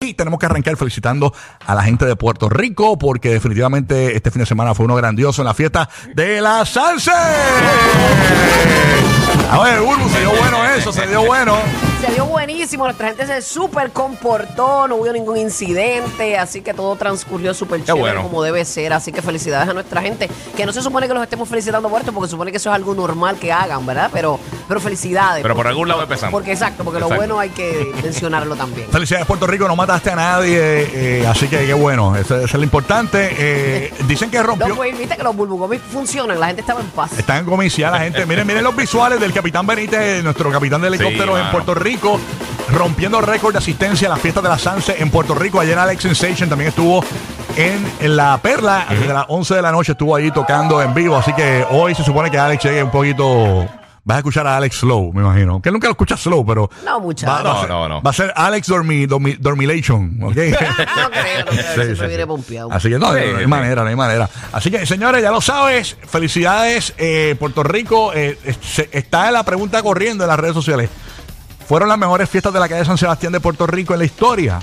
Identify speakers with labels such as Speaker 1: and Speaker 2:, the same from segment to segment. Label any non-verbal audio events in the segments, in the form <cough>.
Speaker 1: Y tenemos que arrancar felicitando a la gente de Puerto Rico porque definitivamente este fin de semana fue uno grandioso en la fiesta de la Sanse. A ver, Urbu, se dio bueno eso, se dio bueno.
Speaker 2: Se dio buenísimo, nuestra gente se súper comportó, no hubo ningún incidente, así que todo transcurrió súper chévere
Speaker 3: bueno.
Speaker 2: como debe ser. Así que felicidades a nuestra gente, que no se supone que los estemos felicitando por esto, porque se supone que eso es algo normal que hagan, ¿verdad? Pero, pero felicidades.
Speaker 3: Pero por
Speaker 2: porque-
Speaker 3: algún lado empezamos.
Speaker 2: Porque exacto, porque lo
Speaker 3: Exacto.
Speaker 2: bueno hay que mencionarlo también.
Speaker 1: Felicidades, Puerto Rico, no mataste a nadie, eh, así que qué bueno, eso, eso es lo importante. Eh, dicen que rompió.
Speaker 2: Los pues, viste que los bulbugomis funcionan, la gente estaba en
Speaker 1: <laughs>
Speaker 2: paz.
Speaker 1: Están en gomicia la gente. Miren, miren los visuales del Capitán Benítez, nuestro capitán de helicópteros en
Speaker 3: mano.
Speaker 1: Puerto Rico, rompiendo récord de asistencia a las fiestas de la Sanse en Puerto Rico. Ayer Alex Sensation también estuvo en, en La Perla, desde las 11 de la noche estuvo ahí tocando en vivo. Así que hoy se supone que Alex llegue un poquito... Vas a escuchar a Alex Slow, me imagino. Que nunca lo escuchas Slow, pero...
Speaker 2: No, muchacho.
Speaker 1: va- va a
Speaker 3: No,
Speaker 1: ser-
Speaker 3: no, no.
Speaker 1: Va a ser Alex Dormi, Dormi- Dormilation,
Speaker 3: <laughs>
Speaker 1: ¿ok?
Speaker 2: Ah, No creo, no creo,
Speaker 1: Sí,
Speaker 2: siempre
Speaker 1: sí,
Speaker 2: viene
Speaker 1: sí.
Speaker 2: pompeado.
Speaker 1: Así que no,
Speaker 3: Sí,
Speaker 1: no, no hay
Speaker 3: sí.
Speaker 1: manera, no hay manera. Así que, señores, ya lo sabes. Felicidades, eh, Puerto Rico. eh, es- se- está la pregunta corriendo en las redes sociales. ¿Fueron las mejores fiestas de la calle San Sebastián de Puerto Rico en la historia?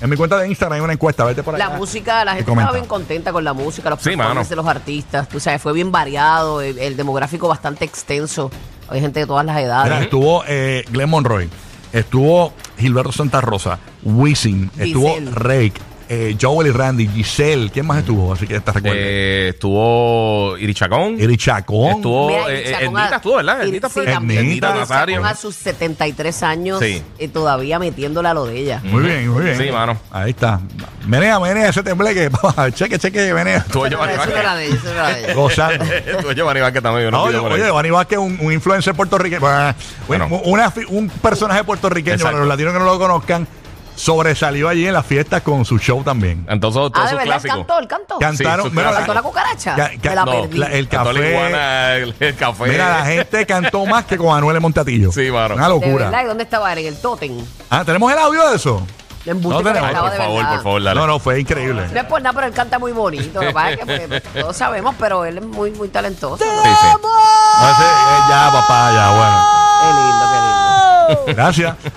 Speaker 1: En mi cuenta de Instagram hay una encuesta, vete por
Speaker 2: La
Speaker 1: allá.
Speaker 2: música, la
Speaker 1: y
Speaker 2: gente
Speaker 1: comenta.
Speaker 2: estaba bien contenta con la música, los
Speaker 3: Sí,
Speaker 2: performances
Speaker 3: mano.
Speaker 2: de los artistas, tú sabes, fue bien variado, el, el demográfico bastante extenso, hay gente de todas las edades.
Speaker 1: Mira, estuvo eh, Glenn Monroy, estuvo Gilberto Santa Rosa, Wisin, estuvo
Speaker 2: Giselle.
Speaker 1: Rake, eh, Joel y Randy, Giselle. ¿Quién más estuvo? Así que te recuerdo.
Speaker 3: Eh, estuvo Irichacón.
Speaker 1: Eri Chacón.
Speaker 3: Estuvo
Speaker 2: Mira,
Speaker 3: eh, eh,
Speaker 2: Chacón
Speaker 3: Ednita,
Speaker 2: a-
Speaker 3: estuvo, ¿verdad?
Speaker 2: y-
Speaker 3: Ednita
Speaker 2: sí,
Speaker 3: fue.
Speaker 2: también.
Speaker 1: Ednita
Speaker 2: Ednita
Speaker 3: Nazario.
Speaker 2: Chacón a sus 73 años
Speaker 3: Sí. Mm.
Speaker 2: eh, todavía metiéndole a lo de ella. Ah,
Speaker 1: Muy bien, muy bien.
Speaker 3: Sí, mano.
Speaker 1: Ahí está. Menea, menea, ese tembleque. <laughs> cheque, cheque, menea.
Speaker 3: Estuvo
Speaker 2: Eso no
Speaker 3: Giovanni
Speaker 2: era- eso no era
Speaker 3: Vázquez.
Speaker 2: de ella, eso no era de ella.
Speaker 3: <laughs>
Speaker 1: Gozando.
Speaker 3: Estuvo Giovanni Vázquez también.
Speaker 1: No,
Speaker 3: no pido por
Speaker 1: Ah, oye,
Speaker 3: ahí.
Speaker 1: Giovanni Vázquez, un, un influencer puertorriqueño. Bueno,
Speaker 3: Bueno.
Speaker 1: una fi- un personaje puertorriqueño,
Speaker 3: Exacto.
Speaker 1: para los latinos que no lo conozcan, sobresalió allí en las fiestas con su show también.
Speaker 3: Entonces,
Speaker 2: Ah,
Speaker 3: todos
Speaker 2: de
Speaker 3: sus
Speaker 2: verdad, él
Speaker 3: clásicos.
Speaker 2: cantó, él cantó.
Speaker 1: Canta- Cantaron-
Speaker 3: sus
Speaker 1: mira, la-
Speaker 2: ¿Cantó
Speaker 3: clásicos.
Speaker 2: la cucaracha?
Speaker 1: Ca- ca-
Speaker 2: Me la
Speaker 1: no,
Speaker 2: perdí.
Speaker 1: la- el
Speaker 3: Cantó la
Speaker 1: café.
Speaker 3: iguana, el, el café.
Speaker 1: Mira,
Speaker 3: <laughs>
Speaker 1: la gente cantó más que con Anuel en Montatillo.
Speaker 3: Pues. Sí, mano.
Speaker 1: Una
Speaker 2: de verdad,
Speaker 1: locura.
Speaker 2: ¿y dónde estaba él? En el tótem.
Speaker 1: Ah, ¿tenemos el audio de eso?
Speaker 2: En
Speaker 1: No tenemos.
Speaker 3: Ay, por favor, por favor, dale.
Speaker 1: No, no, fue increíble.
Speaker 2: No es por nada, pero él canta muy bonito. Lo que pasa es que pues, todos sabemos, pero él es muy, muy talentoso. ¿no?
Speaker 3: Sí, sí.
Speaker 1: Ah, No, ese- eh, ya, papá, ya, bueno.
Speaker 2: Qué lindo, qué lindo.
Speaker 1: Gracias.